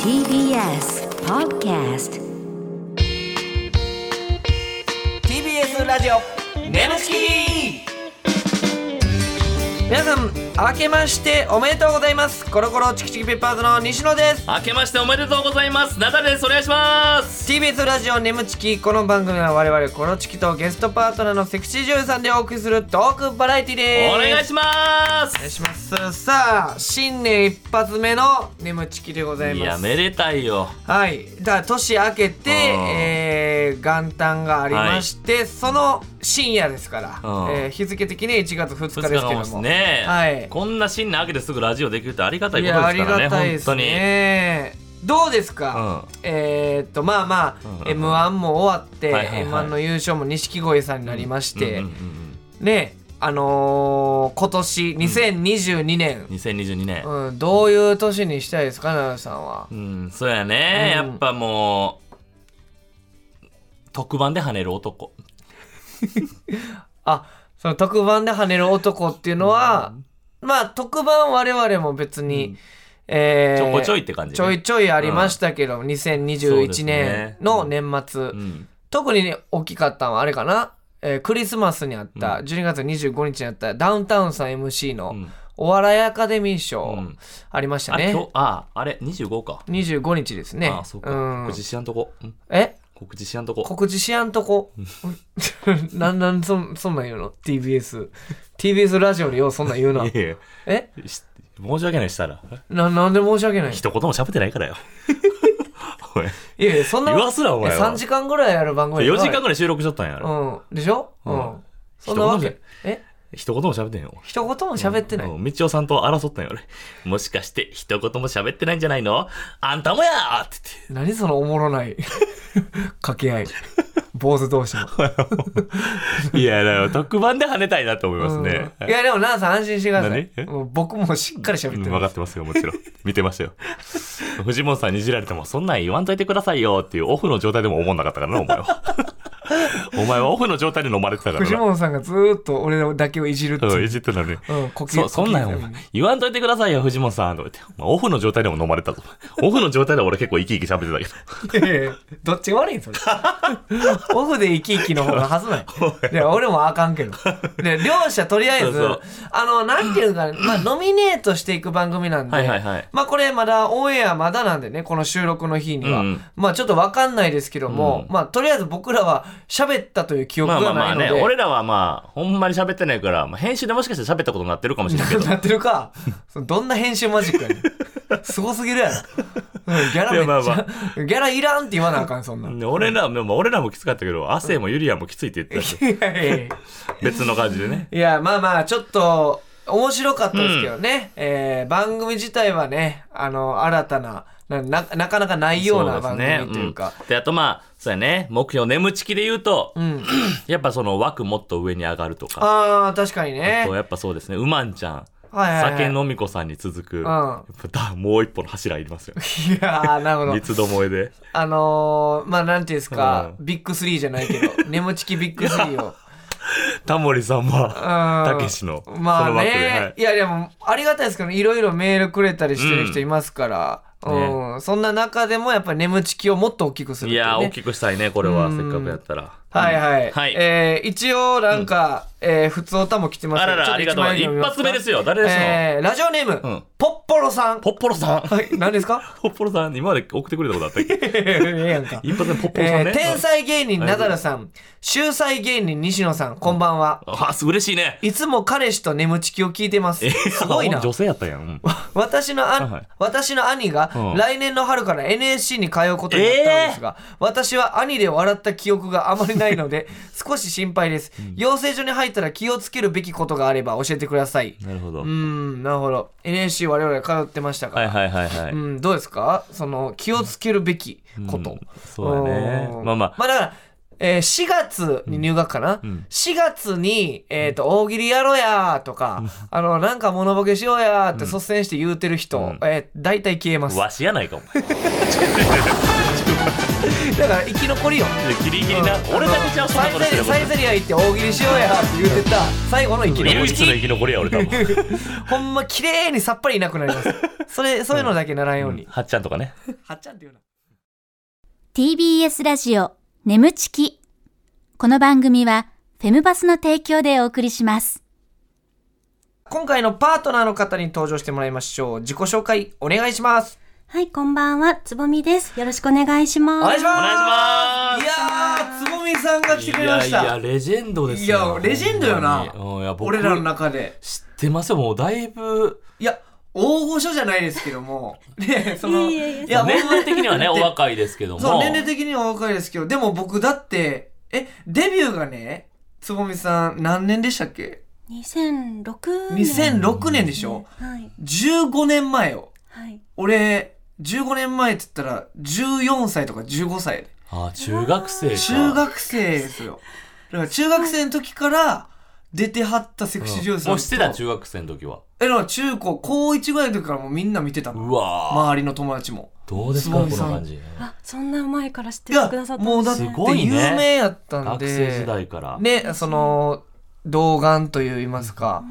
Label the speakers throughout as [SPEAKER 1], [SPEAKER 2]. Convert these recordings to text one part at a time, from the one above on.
[SPEAKER 1] TBS Podcast
[SPEAKER 2] TBS ラジオ
[SPEAKER 3] 眠ちき
[SPEAKER 2] 皆さん明けましておめでとうございますコロコロチキチキペッパーズの西野です
[SPEAKER 3] 明けましておめでとうございますナダルですお願いします
[SPEAKER 2] TBS ラジオ眠チキこの番組は我々コロチキとゲストパートナーのセクシー女優さんでお送りするトークバラエティ
[SPEAKER 3] お
[SPEAKER 2] です
[SPEAKER 3] 願いしま
[SPEAKER 2] お願い
[SPEAKER 3] す
[SPEAKER 2] しますさあ新年一発目の眠チキでござい
[SPEAKER 3] い
[SPEAKER 2] ま
[SPEAKER 3] や
[SPEAKER 2] す
[SPEAKER 3] めでたいよ
[SPEAKER 2] はい、だから年明けて、
[SPEAKER 3] うん
[SPEAKER 2] えー元旦がありまして、その深夜ですから、
[SPEAKER 3] うん
[SPEAKER 2] えー日付的に1月2日で
[SPEAKER 3] 2
[SPEAKER 2] す
[SPEAKER 3] 日
[SPEAKER 2] け
[SPEAKER 3] 間
[SPEAKER 2] ど
[SPEAKER 3] もで
[SPEAKER 2] も
[SPEAKER 3] すね、
[SPEAKER 2] はい
[SPEAKER 3] こんな新年明けですぐラジオできるってありがたい
[SPEAKER 2] い
[SPEAKER 3] こと
[SPEAKER 2] やあり
[SPEAKER 3] ですからね
[SPEAKER 2] がたいで
[SPEAKER 3] 本当
[SPEAKER 2] す
[SPEAKER 3] に、
[SPEAKER 2] ねどうですか、
[SPEAKER 3] うん
[SPEAKER 2] えーっとまあまあ、
[SPEAKER 3] うんうんうん
[SPEAKER 2] m 1も終わって、
[SPEAKER 3] はいはいはい
[SPEAKER 2] m 1の優勝も錦鯉さんになりまして、
[SPEAKER 3] うんうんうん
[SPEAKER 2] ねあのー今年2022年
[SPEAKER 3] う、ん、2022年
[SPEAKER 2] うんどういう年にしたいですか奈良さんは
[SPEAKER 3] う。ん、そうやね、
[SPEAKER 2] うん
[SPEAKER 3] やっぱもう特番で跳ねる男
[SPEAKER 2] あその特番で跳ねる男っていうのは、まあ特番我々も別に、えー
[SPEAKER 3] ちょこちょいって感じ、ね、
[SPEAKER 2] ちょいちょいありましたけど、
[SPEAKER 3] そうです
[SPEAKER 2] 2021年
[SPEAKER 3] ね
[SPEAKER 2] の年末、
[SPEAKER 3] うん、
[SPEAKER 2] 特に、ね、大きかったのはあれかな、えークリスマスにあった、12月25日にあったダウンタウンさん MC
[SPEAKER 3] う
[SPEAKER 2] の
[SPEAKER 3] ん
[SPEAKER 2] お笑いアカデミー賞、
[SPEAKER 3] うん
[SPEAKER 2] ありました
[SPEAKER 3] あ今
[SPEAKER 2] ね
[SPEAKER 3] 日ああれ25か、
[SPEAKER 2] 25日ですね
[SPEAKER 3] あそうか、
[SPEAKER 2] ん
[SPEAKER 3] 告知しやんとこ、うん
[SPEAKER 2] え
[SPEAKER 3] 告知しやんとこ
[SPEAKER 2] 告知しやんとこ なんなんそんそんなん言うの TBSTBS ラジオでようそんなん言うない
[SPEAKER 3] やいや
[SPEAKER 2] え
[SPEAKER 3] し申し訳ないしたら
[SPEAKER 2] ななんで申し訳ない
[SPEAKER 3] 一言も喋ってないからよおい
[SPEAKER 2] いやいやそんな
[SPEAKER 3] 言わすなお前は
[SPEAKER 2] 3時間ぐらいやる番組
[SPEAKER 3] 4時間
[SPEAKER 2] ぐ
[SPEAKER 3] ぐらい収録しとったんやろ、
[SPEAKER 2] うんでしょう
[SPEAKER 3] うん
[SPEAKER 2] んそんなわ
[SPEAKER 3] 一言
[SPEAKER 2] け
[SPEAKER 3] も
[SPEAKER 2] え
[SPEAKER 3] 一言も喋ってんよ
[SPEAKER 2] 一言も喋ってない
[SPEAKER 3] うんみちおさんと争ったんや俺もしかして一言も喋ってないんじゃないのあんたもやーって
[SPEAKER 2] 何そのおもろない 掛け合い坊主同士の
[SPEAKER 3] 言っていやだから特番で跳ねたいなと思いますね、
[SPEAKER 2] うんいやでも奈良さん安心してください
[SPEAKER 3] 何え
[SPEAKER 2] もう僕もしっかり喋って
[SPEAKER 3] 分か
[SPEAKER 2] ま
[SPEAKER 3] っ
[SPEAKER 2] す
[SPEAKER 3] てますよもちろん見てましたよ 藤本さんにいじられてもそんなん言わんといてくださいよっていうオフの状態でも思んなかったからなお前 はお前はオフの状態で飲まれてたから
[SPEAKER 2] 藤
[SPEAKER 3] な
[SPEAKER 2] 本さんがずーっと俺だけをいじるって
[SPEAKER 3] うん
[SPEAKER 2] い
[SPEAKER 3] いうじってたね、
[SPEAKER 2] うん呼吸
[SPEAKER 3] そそんなんお前言わんといてくださいよ藤本さんとか言って、まあ、オフの状態でも飲まれたぞ オフの状態で俺結構生き生き喋ってた
[SPEAKER 2] いやいやどっちが悪いん それオフで生き生きの方がはずないいや俺もあかん けどで両者とりあえず
[SPEAKER 3] そうそう
[SPEAKER 2] あのなんていうか、まあ、ノミネートしていく番組なんで
[SPEAKER 3] はいはいはい
[SPEAKER 2] まあこれまだオンエアまだなんでねこの収録の日には、
[SPEAKER 3] うんうん
[SPEAKER 2] まあちょっとわかんないですけども、
[SPEAKER 3] う
[SPEAKER 2] まあとりあえず僕らは喋ったという記
[SPEAKER 3] けど
[SPEAKER 2] 憶
[SPEAKER 3] まあま
[SPEAKER 2] が
[SPEAKER 3] あま
[SPEAKER 2] ない
[SPEAKER 3] あ
[SPEAKER 2] ので、
[SPEAKER 3] ね俺らはまあほんまに喋ってないから、まあ、編集でもしかして喋ったことになってるかもしれないけど
[SPEAKER 2] なってるかそのどんな編集マジックやねんすごすぎるやろ、うんギャラめっちゃ、
[SPEAKER 3] いやまあま
[SPEAKER 2] ギャラいらんって言わなあかんそんなん い
[SPEAKER 3] ね俺らも、まあ、俺らもきつかったけど亜生もユリアもきついって言ってたし
[SPEAKER 2] やいやいや
[SPEAKER 3] 別の感じでね
[SPEAKER 2] いや、まあまあ、ちょっと、面白かったですけどね。えー番組自体はね、あの、新たな、なななかなかないような番組というか。
[SPEAKER 3] ん、であとまあそうやね目標眠ちきで言うと、
[SPEAKER 2] ん
[SPEAKER 3] やっぱその枠もっと上に上がるとか
[SPEAKER 2] ああ、確かに
[SPEAKER 3] あ
[SPEAKER 2] ね
[SPEAKER 3] と。やっぱそうですねうまんちゃん、
[SPEAKER 2] はいはいはい
[SPEAKER 3] 酒飲み子さんに続く、
[SPEAKER 2] ん
[SPEAKER 3] やっぱだもう一歩の柱いりますよ
[SPEAKER 2] いやー、なるほど
[SPEAKER 3] 三。つどもえで
[SPEAKER 2] あのー、まあ、なんていうんですか、
[SPEAKER 3] う
[SPEAKER 2] ビッグスリーじゃないけど、 眠ちきビッグスリーを。
[SPEAKER 3] タモリさんも
[SPEAKER 2] た
[SPEAKER 3] たけしのその
[SPEAKER 2] まあ
[SPEAKER 3] 枠で、は
[SPEAKER 2] ね
[SPEAKER 3] い、
[SPEAKER 2] いやでもありがたいですけどねいろいろメールくれたりしてる人
[SPEAKER 3] うん
[SPEAKER 2] いますから、う
[SPEAKER 3] ね
[SPEAKER 2] んそんな中でもやっぱり眠ちきをもっと大きくするっ
[SPEAKER 3] い
[SPEAKER 2] ていうね
[SPEAKER 3] やー大きくしたいねこれは
[SPEAKER 2] うん
[SPEAKER 3] せっかくやったら
[SPEAKER 2] はいはい。
[SPEAKER 3] はい
[SPEAKER 2] えー一応なんか、えー普通歌も来てます
[SPEAKER 3] あららありがとう一発目です
[SPEAKER 2] よ。
[SPEAKER 3] よ誰ですの、
[SPEAKER 2] えーラジオネーム、
[SPEAKER 3] うん
[SPEAKER 2] ポッポロさん。
[SPEAKER 3] ポッポロさん
[SPEAKER 2] はい、何ですか
[SPEAKER 3] ポッポロさん今まで送ってくれたことあった っけ
[SPEAKER 2] ええやんか。
[SPEAKER 3] 一発目ポッポロさ
[SPEAKER 2] え
[SPEAKER 3] んね、
[SPEAKER 2] ー天才芸人ナダルさん、秀才芸人西野さん、こんばんは。
[SPEAKER 3] あす嬉しい ね
[SPEAKER 2] いつも彼氏と眠ちきを聞いてます。すごいな
[SPEAKER 3] 女。性やったやん、 うん
[SPEAKER 2] 私のあ、
[SPEAKER 3] はい
[SPEAKER 2] 私の兄が
[SPEAKER 3] うん
[SPEAKER 2] 来年の春から NSC に通うことになったんですが、私は兄で笑った記憶があまりないの で少し心配です、養成所に入ったら気をつけるべきことがあれば教えてください
[SPEAKER 3] なるほど、
[SPEAKER 2] うーんなるほど NSC 我々通ってましたから、
[SPEAKER 3] はいはいはいはい、
[SPEAKER 2] うん、どうですかその気をつけるべきこと、
[SPEAKER 3] うんそうやね
[SPEAKER 2] ん
[SPEAKER 3] まあまあ
[SPEAKER 2] まあだから、えー4月に入学かな、
[SPEAKER 3] ん
[SPEAKER 2] 4月に、えーと大喜利やろうやーとか、あのなんかモノボケしようやーって率先して言うてる人、
[SPEAKER 3] ん
[SPEAKER 2] えー大体消えます
[SPEAKER 3] わしやないかも。
[SPEAKER 2] だから生き残りよ
[SPEAKER 4] ギリギリな、俺たちはそんな
[SPEAKER 2] サイ
[SPEAKER 4] ことして
[SPEAKER 2] ゼリ
[SPEAKER 4] る
[SPEAKER 2] サイゼリア行って大喜利しようやって言ってた最後の生き残
[SPEAKER 4] 唯
[SPEAKER 2] り
[SPEAKER 4] 一の生き残りや俺多分
[SPEAKER 2] ほんま綺麗にさっぱりいなくなりますそれそういうのだけならんように、
[SPEAKER 4] はっちゃんとかね
[SPEAKER 2] はっちゃんっていうな
[SPEAKER 1] TBS ラジオ眠ちきこの番組はフェムバスの提供でお送りします
[SPEAKER 2] 今回のパートナーの方に登場してもらいましょう自己紹介お願いします
[SPEAKER 5] はい、こんばんは、つぼみです。よろしくお願いします。
[SPEAKER 2] ます
[SPEAKER 4] 願いし
[SPEAKER 2] いやーつぼみさんが来てくれました
[SPEAKER 3] いやいやレジェンドです
[SPEAKER 2] い
[SPEAKER 3] よ
[SPEAKER 2] やレジェンドよな
[SPEAKER 3] 本当にうんいや僕
[SPEAKER 2] 俺らの中で
[SPEAKER 3] 知ってますよもうだいぶ
[SPEAKER 2] いや大御所じゃないですけど もねその
[SPEAKER 5] いやいやいや
[SPEAKER 2] ほんま
[SPEAKER 3] 年齢的にはね
[SPEAKER 2] だっ
[SPEAKER 3] お
[SPEAKER 2] て
[SPEAKER 3] 若いですけども
[SPEAKER 2] そう年齢的にはお若いですけどでも僕だってえデビューがねつぼみさん何年でしたっけ
[SPEAKER 5] 2006年。
[SPEAKER 2] 2006年でしょ
[SPEAKER 5] はい、
[SPEAKER 2] 15年前よ
[SPEAKER 5] はい。
[SPEAKER 2] 俺15年前っつったら14歳とか15歳で
[SPEAKER 3] あ中学生か
[SPEAKER 2] 中学生ですよだから中学生の時から出てはったセクシー女優さんと、
[SPEAKER 3] もうしてた中学生の時は
[SPEAKER 2] えだから中高高1ぐらいの時からもうみんな見てたの
[SPEAKER 3] うわー
[SPEAKER 2] 周りの友達も
[SPEAKER 3] どうです
[SPEAKER 2] つ
[SPEAKER 3] か
[SPEAKER 2] ぼ
[SPEAKER 3] こ
[SPEAKER 2] み
[SPEAKER 3] の
[SPEAKER 2] さん
[SPEAKER 3] 感じ
[SPEAKER 5] あ、そんな前から知って
[SPEAKER 2] い
[SPEAKER 5] く
[SPEAKER 2] や
[SPEAKER 5] ださったんですね
[SPEAKER 2] もうだって
[SPEAKER 3] すごい
[SPEAKER 2] 有
[SPEAKER 3] ね
[SPEAKER 2] 名やったん
[SPEAKER 3] 学
[SPEAKER 2] で
[SPEAKER 3] 生時代から
[SPEAKER 2] ねその童顔といいますか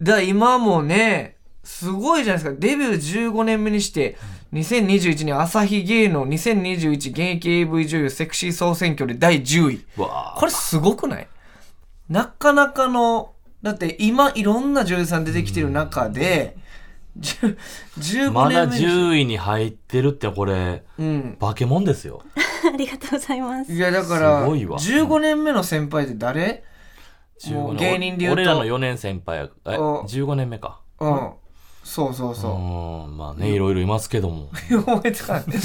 [SPEAKER 2] だから今もねすごいじゃないですかデビュー15年目にして2021年朝日芸能2021現役 AV 女優セクシー総選挙で第10位
[SPEAKER 3] うわー
[SPEAKER 2] これすごくないなかなかのだって今いろんな女優さん出てきてる中で、10 15
[SPEAKER 3] ま
[SPEAKER 2] 年目
[SPEAKER 3] だ
[SPEAKER 2] にして、
[SPEAKER 3] 10位に入ってるってこれ
[SPEAKER 2] うん、
[SPEAKER 3] 化け物ですよ
[SPEAKER 5] ありがとうございます。
[SPEAKER 2] いやだから
[SPEAKER 3] すごいわ
[SPEAKER 2] 15年目の先輩って誰もう
[SPEAKER 3] 15
[SPEAKER 2] 芸人で言うと
[SPEAKER 3] 俺らの4年先輩やえ
[SPEAKER 2] お
[SPEAKER 3] 15年目か
[SPEAKER 2] うんそうそう
[SPEAKER 3] う
[SPEAKER 2] そ
[SPEAKER 3] ーんまあねいろいろいますけ ども
[SPEAKER 2] う覚えて たんで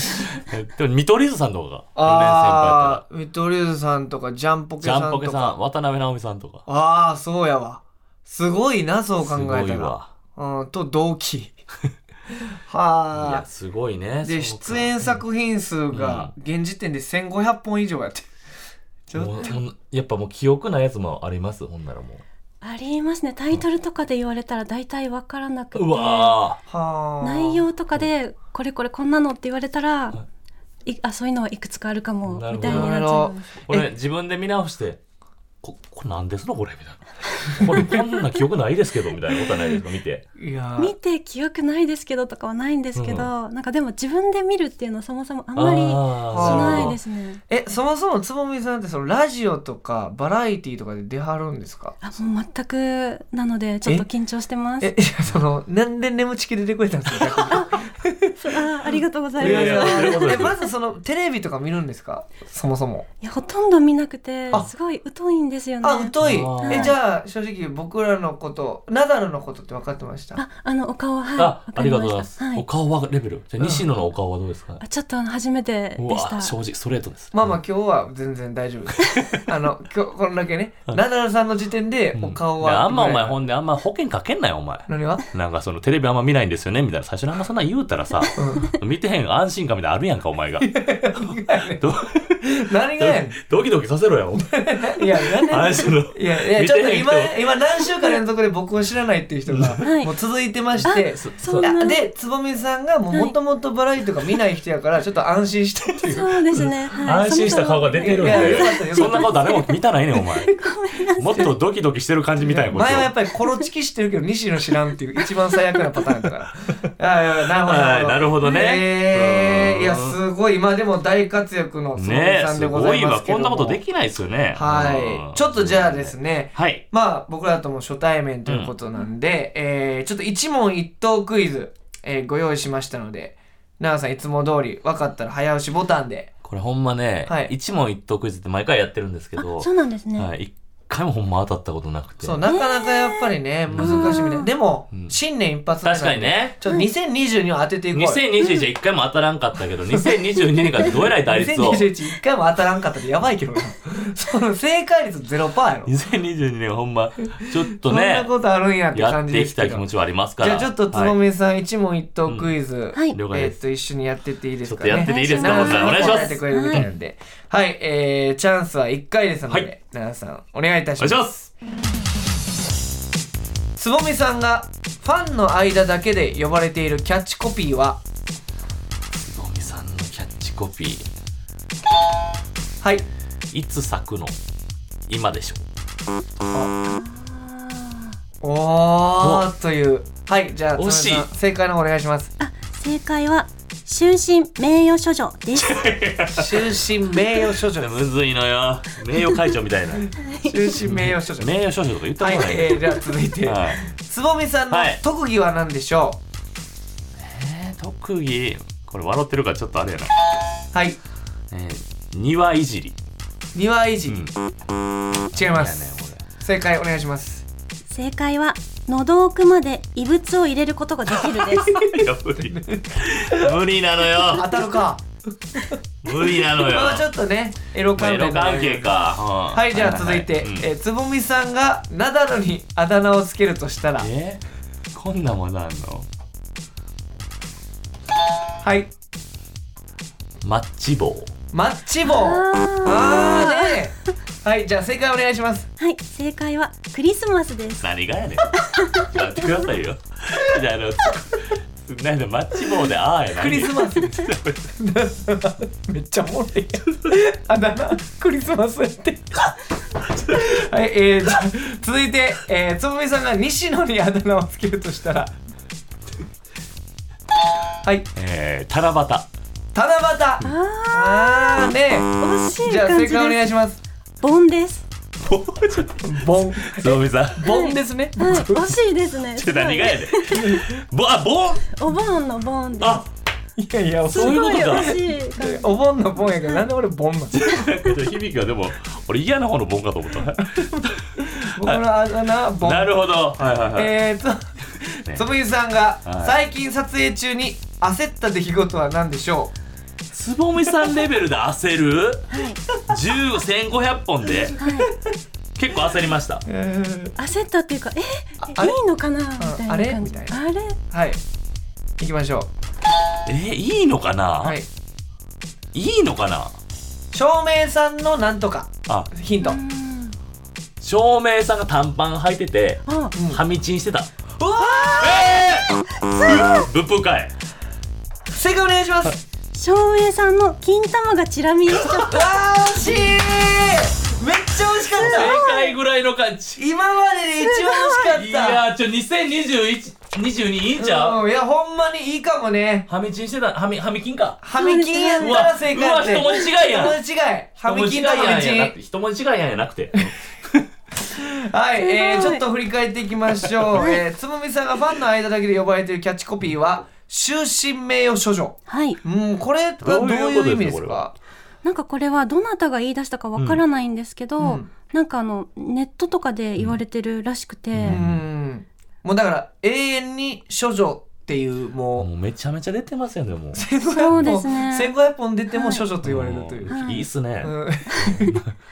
[SPEAKER 3] えでも見取り図さんとかが4年先輩やっ
[SPEAKER 2] ああ見取り図さんとかジャンポケ
[SPEAKER 3] たら
[SPEAKER 2] さ
[SPEAKER 3] ジャン
[SPEAKER 2] ん
[SPEAKER 3] ポケ
[SPEAKER 2] と
[SPEAKER 3] さん
[SPEAKER 2] か
[SPEAKER 3] 渡辺直美さんとか
[SPEAKER 2] ああそうやわすごいなそう考え
[SPEAKER 3] す
[SPEAKER 2] た
[SPEAKER 3] ごい
[SPEAKER 2] ら
[SPEAKER 3] わ
[SPEAKER 2] うんと同 期
[SPEAKER 3] い
[SPEAKER 2] は
[SPEAKER 3] やすごいね
[SPEAKER 2] あで
[SPEAKER 3] そうか
[SPEAKER 2] 出演作品数が現時点で1500本以上やってちょっと
[SPEAKER 3] もうもうやっぱもう記憶ないやつもありますほんならも
[SPEAKER 5] ありますね。タイトルとかで言われたら大体わからなくて。
[SPEAKER 3] ううわ
[SPEAKER 2] はあ
[SPEAKER 5] 内容とかで、これこれこんなのって言われたら、いあ、そういうのはいくつかあるかも、
[SPEAKER 3] なる
[SPEAKER 5] み
[SPEAKER 3] ほ
[SPEAKER 5] た
[SPEAKER 3] ど
[SPEAKER 5] いになっちゃいます。
[SPEAKER 3] ーこれ自分で見直してここれなんですのこれみたいなこれこんな記憶ないですけどみたいなことはないですか見て
[SPEAKER 2] いや
[SPEAKER 5] 見て記憶ないですけどとかはないんですけど、なんかでも自分で見るっていうのはそもそもあんまりし
[SPEAKER 3] あー
[SPEAKER 5] ないですね。
[SPEAKER 2] えそもそもつぼみさんってそのラジオとかバラエティーとかで出はるんですか
[SPEAKER 5] あ、もう全くなので、ちょっと緊張してます。
[SPEAKER 2] えいやそのなんで眠ちき出てくれたんですか逆に
[SPEAKER 5] あーありがとうござい
[SPEAKER 3] いや
[SPEAKER 5] ます。
[SPEAKER 3] い
[SPEAKER 5] い
[SPEAKER 3] や
[SPEAKER 5] や
[SPEAKER 3] そういうことで
[SPEAKER 2] え
[SPEAKER 3] す
[SPEAKER 2] まずそのテレビとか見るんですかそもそも
[SPEAKER 5] ほとんど見なくて
[SPEAKER 2] あ、
[SPEAKER 5] すごい疎いんですよね。
[SPEAKER 2] あ疎い
[SPEAKER 3] あー
[SPEAKER 2] えじゃあ正直僕らのことナダルのことって分かってました
[SPEAKER 5] あ、あのお顔はい。
[SPEAKER 3] あ
[SPEAKER 5] わ
[SPEAKER 3] あ
[SPEAKER 5] か
[SPEAKER 3] りがとう
[SPEAKER 5] ま
[SPEAKER 3] ご
[SPEAKER 5] し
[SPEAKER 3] ざいます、
[SPEAKER 5] たは
[SPEAKER 3] お
[SPEAKER 5] い。
[SPEAKER 3] 顔はレベルじゃあ西野のお顔はどうですか、
[SPEAKER 5] あちょっとあの初めて
[SPEAKER 3] う
[SPEAKER 5] で
[SPEAKER 3] わ
[SPEAKER 5] した。
[SPEAKER 3] 正直ストレートです
[SPEAKER 2] まあまあ今日は全然大丈夫ですあの今日こんだけねナダルさんの時点でお顔
[SPEAKER 3] うんで
[SPEAKER 2] は
[SPEAKER 3] あんまお前
[SPEAKER 2] ん
[SPEAKER 3] ほんであんま保険かけんなよお前
[SPEAKER 2] 何は
[SPEAKER 3] なんかそのテレビあんま見ないんですよねみたいな最初にあんまそんなん言うたら さ、見てへん安心感みたいなのあるやんかお前がど
[SPEAKER 2] 何がやね
[SPEAKER 3] ドキドキさせろやお前
[SPEAKER 2] んいや何がやねん
[SPEAKER 3] あその
[SPEAKER 2] いやいや
[SPEAKER 3] 見
[SPEAKER 2] ち
[SPEAKER 3] て
[SPEAKER 2] ょっと
[SPEAKER 3] へん人
[SPEAKER 2] 今今何週間連続で僕を知らないっていう人が
[SPEAKER 5] はい
[SPEAKER 2] もう続いてまして、
[SPEAKER 5] そん
[SPEAKER 2] いや
[SPEAKER 5] な。
[SPEAKER 2] でつぼみさんがもともとバラエティとか見ない人やからちょっと安心したっていう
[SPEAKER 5] そうですね。はい。
[SPEAKER 3] 安心した顔が出てるん
[SPEAKER 2] いやよかったよかっ
[SPEAKER 3] で
[SPEAKER 2] た
[SPEAKER 3] そんな顔誰も見たないねん お前もっとドキドキしてる感じみたいなこと
[SPEAKER 2] 前はやっぱりコロチキ知ってるけど西野知らんっていう一番最悪なパターンだ から。あいやいや
[SPEAKER 3] はいなるほどね
[SPEAKER 2] え
[SPEAKER 3] う
[SPEAKER 2] ー、
[SPEAKER 3] ん
[SPEAKER 2] いやすごい今でも大活躍のつぼみ
[SPEAKER 3] ねえ
[SPEAKER 2] さん
[SPEAKER 3] す
[SPEAKER 2] でござ
[SPEAKER 3] ご
[SPEAKER 2] い
[SPEAKER 3] い
[SPEAKER 2] ま
[SPEAKER 3] わ
[SPEAKER 2] すけど
[SPEAKER 3] こんな
[SPEAKER 2] も
[SPEAKER 3] ことできないですよね
[SPEAKER 2] はい。ちょっとじゃあですね。
[SPEAKER 3] はい
[SPEAKER 2] まあ僕らとも初対面ということなんで、えーちょっと一問一答クイズ、えーご用意しましたので奈良さんいつも通り分かったら早押しボタンで
[SPEAKER 3] これほんまね、
[SPEAKER 2] はい
[SPEAKER 3] 一問一答クイズって毎回やってるんですけ ど
[SPEAKER 5] あ、そうなんですね。
[SPEAKER 3] はい、一回もほんま当たったことなくて
[SPEAKER 2] そうなかなかやっぱりね難しいみたいなでも、
[SPEAKER 3] ん
[SPEAKER 2] 新年一発目なん
[SPEAKER 3] 確
[SPEAKER 2] で
[SPEAKER 3] かにね
[SPEAKER 2] ちょっと2022を当てていこうよ
[SPEAKER 3] 2021じゃ一回も当たらんかったけど2022年からどえらい打率を
[SPEAKER 2] 2021一回も当たらんかったでやばいけどな その正解率0%やろ、
[SPEAKER 3] 2022年はほんまちょっ
[SPEAKER 2] そ
[SPEAKER 3] と
[SPEAKER 2] んな
[SPEAKER 3] ね
[SPEAKER 2] ことあるんやって
[SPEAKER 3] や
[SPEAKER 2] 感
[SPEAKER 3] っ
[SPEAKER 2] じ
[SPEAKER 3] て
[SPEAKER 2] で
[SPEAKER 3] いき
[SPEAKER 2] す
[SPEAKER 3] た
[SPEAKER 2] け
[SPEAKER 3] い気持
[SPEAKER 2] ど
[SPEAKER 3] ちはありますか
[SPEAKER 2] じ
[SPEAKER 3] ら
[SPEAKER 2] ゃあちょっとつぼみさん一問一答クイズ、
[SPEAKER 5] はい
[SPEAKER 3] 了解
[SPEAKER 2] え
[SPEAKER 3] で
[SPEAKER 2] ーっ
[SPEAKER 3] す
[SPEAKER 2] と一緒にやってっていいで
[SPEAKER 3] ち
[SPEAKER 2] す
[SPEAKER 3] ょっ
[SPEAKER 2] か
[SPEAKER 3] と
[SPEAKER 2] ね
[SPEAKER 3] やってていいですか
[SPEAKER 2] は
[SPEAKER 3] 本さんお願いし
[SPEAKER 2] 答
[SPEAKER 3] ま
[SPEAKER 2] えて
[SPEAKER 3] す
[SPEAKER 2] くれるみたいなんではい、えー、チャンスは1回ですので、
[SPEAKER 3] はい
[SPEAKER 2] 奈良さんお願いいたし
[SPEAKER 3] お願
[SPEAKER 2] ま
[SPEAKER 3] いし
[SPEAKER 2] す
[SPEAKER 3] ます
[SPEAKER 2] つぼみさんがファンの間だけで呼ばれているキャッチコピーは
[SPEAKER 3] つぼみさんのキャッチコピー
[SPEAKER 2] はい
[SPEAKER 3] いつ咲くの今でしょ
[SPEAKER 2] おーというはいじゃあ
[SPEAKER 3] 惜しい
[SPEAKER 2] つむさん正解の方お願いします
[SPEAKER 5] 正解は終身名誉処女 です
[SPEAKER 2] 終身名誉処女
[SPEAKER 3] むずいのよ名誉会長みたい な
[SPEAKER 2] 終身名誉処女
[SPEAKER 3] 名誉少女とか言った
[SPEAKER 2] は
[SPEAKER 3] こ
[SPEAKER 2] い
[SPEAKER 3] とない、
[SPEAKER 2] えー、じゃあ続いて
[SPEAKER 3] はい
[SPEAKER 2] つぼみさんの
[SPEAKER 3] はい
[SPEAKER 2] 特技は何でしょ
[SPEAKER 3] えー特技これ笑ってるからちょっとあれやな、
[SPEAKER 2] うはい
[SPEAKER 3] えー庭いじり
[SPEAKER 2] 庭維持、
[SPEAKER 3] うん
[SPEAKER 2] 違い
[SPEAKER 3] や
[SPEAKER 2] ま
[SPEAKER 3] ね
[SPEAKER 2] す正解お願いします
[SPEAKER 5] 正解は喉奥まで異物を入れることができるです
[SPEAKER 3] これいや無理無理なの
[SPEAKER 2] 当
[SPEAKER 3] よ
[SPEAKER 2] たるか
[SPEAKER 3] 無理なのよ
[SPEAKER 2] まあちょっとねエロ関
[SPEAKER 3] 迷
[SPEAKER 2] 連
[SPEAKER 3] 路
[SPEAKER 2] の
[SPEAKER 3] 関係か、うん
[SPEAKER 2] はいじゃあ続いて
[SPEAKER 3] ははは
[SPEAKER 2] えーつぼみさんがナダルにあだ名をつけるとしたら
[SPEAKER 3] うんえこんなものあんの
[SPEAKER 2] はい
[SPEAKER 3] マッチ棒
[SPEAKER 2] マッチ棒あーねはいじゃあ正解お願いします
[SPEAKER 5] はい正解はクリスマスです
[SPEAKER 3] 何がやねんやってくださいよじゃああのつなんだマッチ棒でああやな
[SPEAKER 2] クリスマス めっちゃおもろいやんあだ名クリスマスやってはいえー、じゃあ続いて、えー、つぼみさんが西野にあだ名をつけるとしたらはい
[SPEAKER 3] えー、七夕
[SPEAKER 2] 七夕あーね
[SPEAKER 5] 惜しい
[SPEAKER 2] じゃあ
[SPEAKER 5] 感
[SPEAKER 2] 正
[SPEAKER 5] じ
[SPEAKER 2] 解お願
[SPEAKER 5] で
[SPEAKER 2] い
[SPEAKER 5] す
[SPEAKER 2] します
[SPEAKER 5] ボンです
[SPEAKER 2] ボン
[SPEAKER 3] ゾウミさん
[SPEAKER 2] ボンですね
[SPEAKER 5] はい惜しいですね
[SPEAKER 3] ちょ何がやねんぼあぼん
[SPEAKER 5] お盆のボンです
[SPEAKER 3] あ
[SPEAKER 2] いやいや
[SPEAKER 5] す
[SPEAKER 3] そういうこ
[SPEAKER 5] ご
[SPEAKER 3] と
[SPEAKER 5] い
[SPEAKER 3] か
[SPEAKER 5] 惜しい感じ
[SPEAKER 2] お盆のボンやけどなんで俺ボンなの
[SPEAKER 3] 響きはでも俺嫌な方のボンかと思った
[SPEAKER 2] 僕のあだ名はボン
[SPEAKER 3] なるほどはいはいはい、
[SPEAKER 2] えー
[SPEAKER 3] ね
[SPEAKER 2] と、つぶゆさんが
[SPEAKER 3] はい
[SPEAKER 2] 最近撮影中に焦った出来事は何でしょ
[SPEAKER 3] つぼみさんレベルで焦る
[SPEAKER 5] はい
[SPEAKER 3] 10 1500本で
[SPEAKER 5] はい
[SPEAKER 3] 結構焦りました
[SPEAKER 2] う、
[SPEAKER 5] 焦ったっていうかえ
[SPEAKER 2] あ
[SPEAKER 5] い
[SPEAKER 2] れ
[SPEAKER 5] いのかなみたいな
[SPEAKER 2] あれ
[SPEAKER 5] 感
[SPEAKER 2] み
[SPEAKER 5] じ
[SPEAKER 2] たいな
[SPEAKER 5] あれ
[SPEAKER 2] はい。行きましょ
[SPEAKER 3] えー、いいのかな、
[SPEAKER 2] う。はい。
[SPEAKER 3] い、いのかな
[SPEAKER 2] 照明さんのなんとか。
[SPEAKER 3] あ
[SPEAKER 2] ヒント。
[SPEAKER 5] うん
[SPEAKER 3] 照明さんが短パン履いてて
[SPEAKER 5] あ
[SPEAKER 3] ハミチンしてた
[SPEAKER 2] うわ
[SPEAKER 3] ぶっぷかい
[SPEAKER 2] ー正解お願いします。
[SPEAKER 5] 照明さんの金玉がチラ見えし ちゃっ
[SPEAKER 2] うわー、惜しいめっちゃ惜しか
[SPEAKER 3] 正
[SPEAKER 2] っ
[SPEAKER 3] 解ぐらいの感
[SPEAKER 2] た
[SPEAKER 3] じ
[SPEAKER 2] 今までで一番惜
[SPEAKER 3] い
[SPEAKER 2] しかった。
[SPEAKER 3] やーちょ2021 22いいんちゃう、
[SPEAKER 2] うんいや、ほんまにいいかもね。
[SPEAKER 3] ハミチンしてたハミハミキンか
[SPEAKER 2] ハミキンやったら正解やって。
[SPEAKER 3] うわうわ人違いやん
[SPEAKER 2] 人違い。ハミキンとハミ
[SPEAKER 3] 人文字
[SPEAKER 2] チ
[SPEAKER 3] 違いやんやな
[SPEAKER 2] ン
[SPEAKER 3] く。て人文字違いやんやなくて
[SPEAKER 2] はい、えー、
[SPEAKER 5] す
[SPEAKER 2] ち
[SPEAKER 5] ご
[SPEAKER 2] ょ
[SPEAKER 5] い
[SPEAKER 2] っと振り返っていきましょう、えー、つむみさんがファンの間だけで呼ばれているキャッチコピーは「終身名誉処女
[SPEAKER 5] たはい」
[SPEAKER 2] うんこれがどういう意味です
[SPEAKER 3] どういうことですかこれ
[SPEAKER 2] か
[SPEAKER 3] は
[SPEAKER 5] なんかこれはどなたが言い出したかわからないんですけど、
[SPEAKER 2] うんうん
[SPEAKER 5] なんかあのネットとかで言われてるらしくて、
[SPEAKER 2] ううんもうだから永遠に処女っていうもう、
[SPEAKER 3] もうめちゃめちゃ出てますよねもう
[SPEAKER 5] そうですね
[SPEAKER 2] 1500本出ても処女と言われるという、
[SPEAKER 3] うんいいっすね、
[SPEAKER 2] うん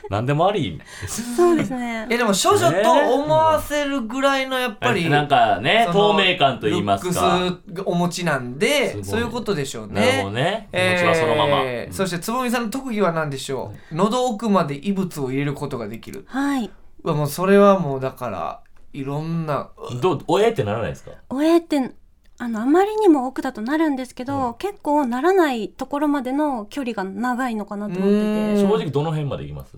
[SPEAKER 3] 何でもありです
[SPEAKER 5] そうですね
[SPEAKER 2] えでも処女と思わせるぐらいのやっぱり、
[SPEAKER 3] なんかね
[SPEAKER 2] そ
[SPEAKER 3] 透
[SPEAKER 2] の
[SPEAKER 3] 明感と言います
[SPEAKER 2] ル
[SPEAKER 3] か
[SPEAKER 2] ックスがお持ちなんです
[SPEAKER 3] ごい
[SPEAKER 2] そういうことでしょうね
[SPEAKER 3] なるほどね気持ちはそのまま、
[SPEAKER 2] えー
[SPEAKER 3] うん
[SPEAKER 2] そしてつぼみさんの特技は何でしょう喉奥まで異物を入れることができる
[SPEAKER 5] はいう
[SPEAKER 2] わもうそれはもうだからいろんな
[SPEAKER 3] どうおえってならないですか
[SPEAKER 5] おえってあのあまりにも奥だとなるんですけど、結構ならないところまでの距離が長いのかなと思って
[SPEAKER 2] う
[SPEAKER 5] て
[SPEAKER 2] ん
[SPEAKER 3] 正直どの辺までいきます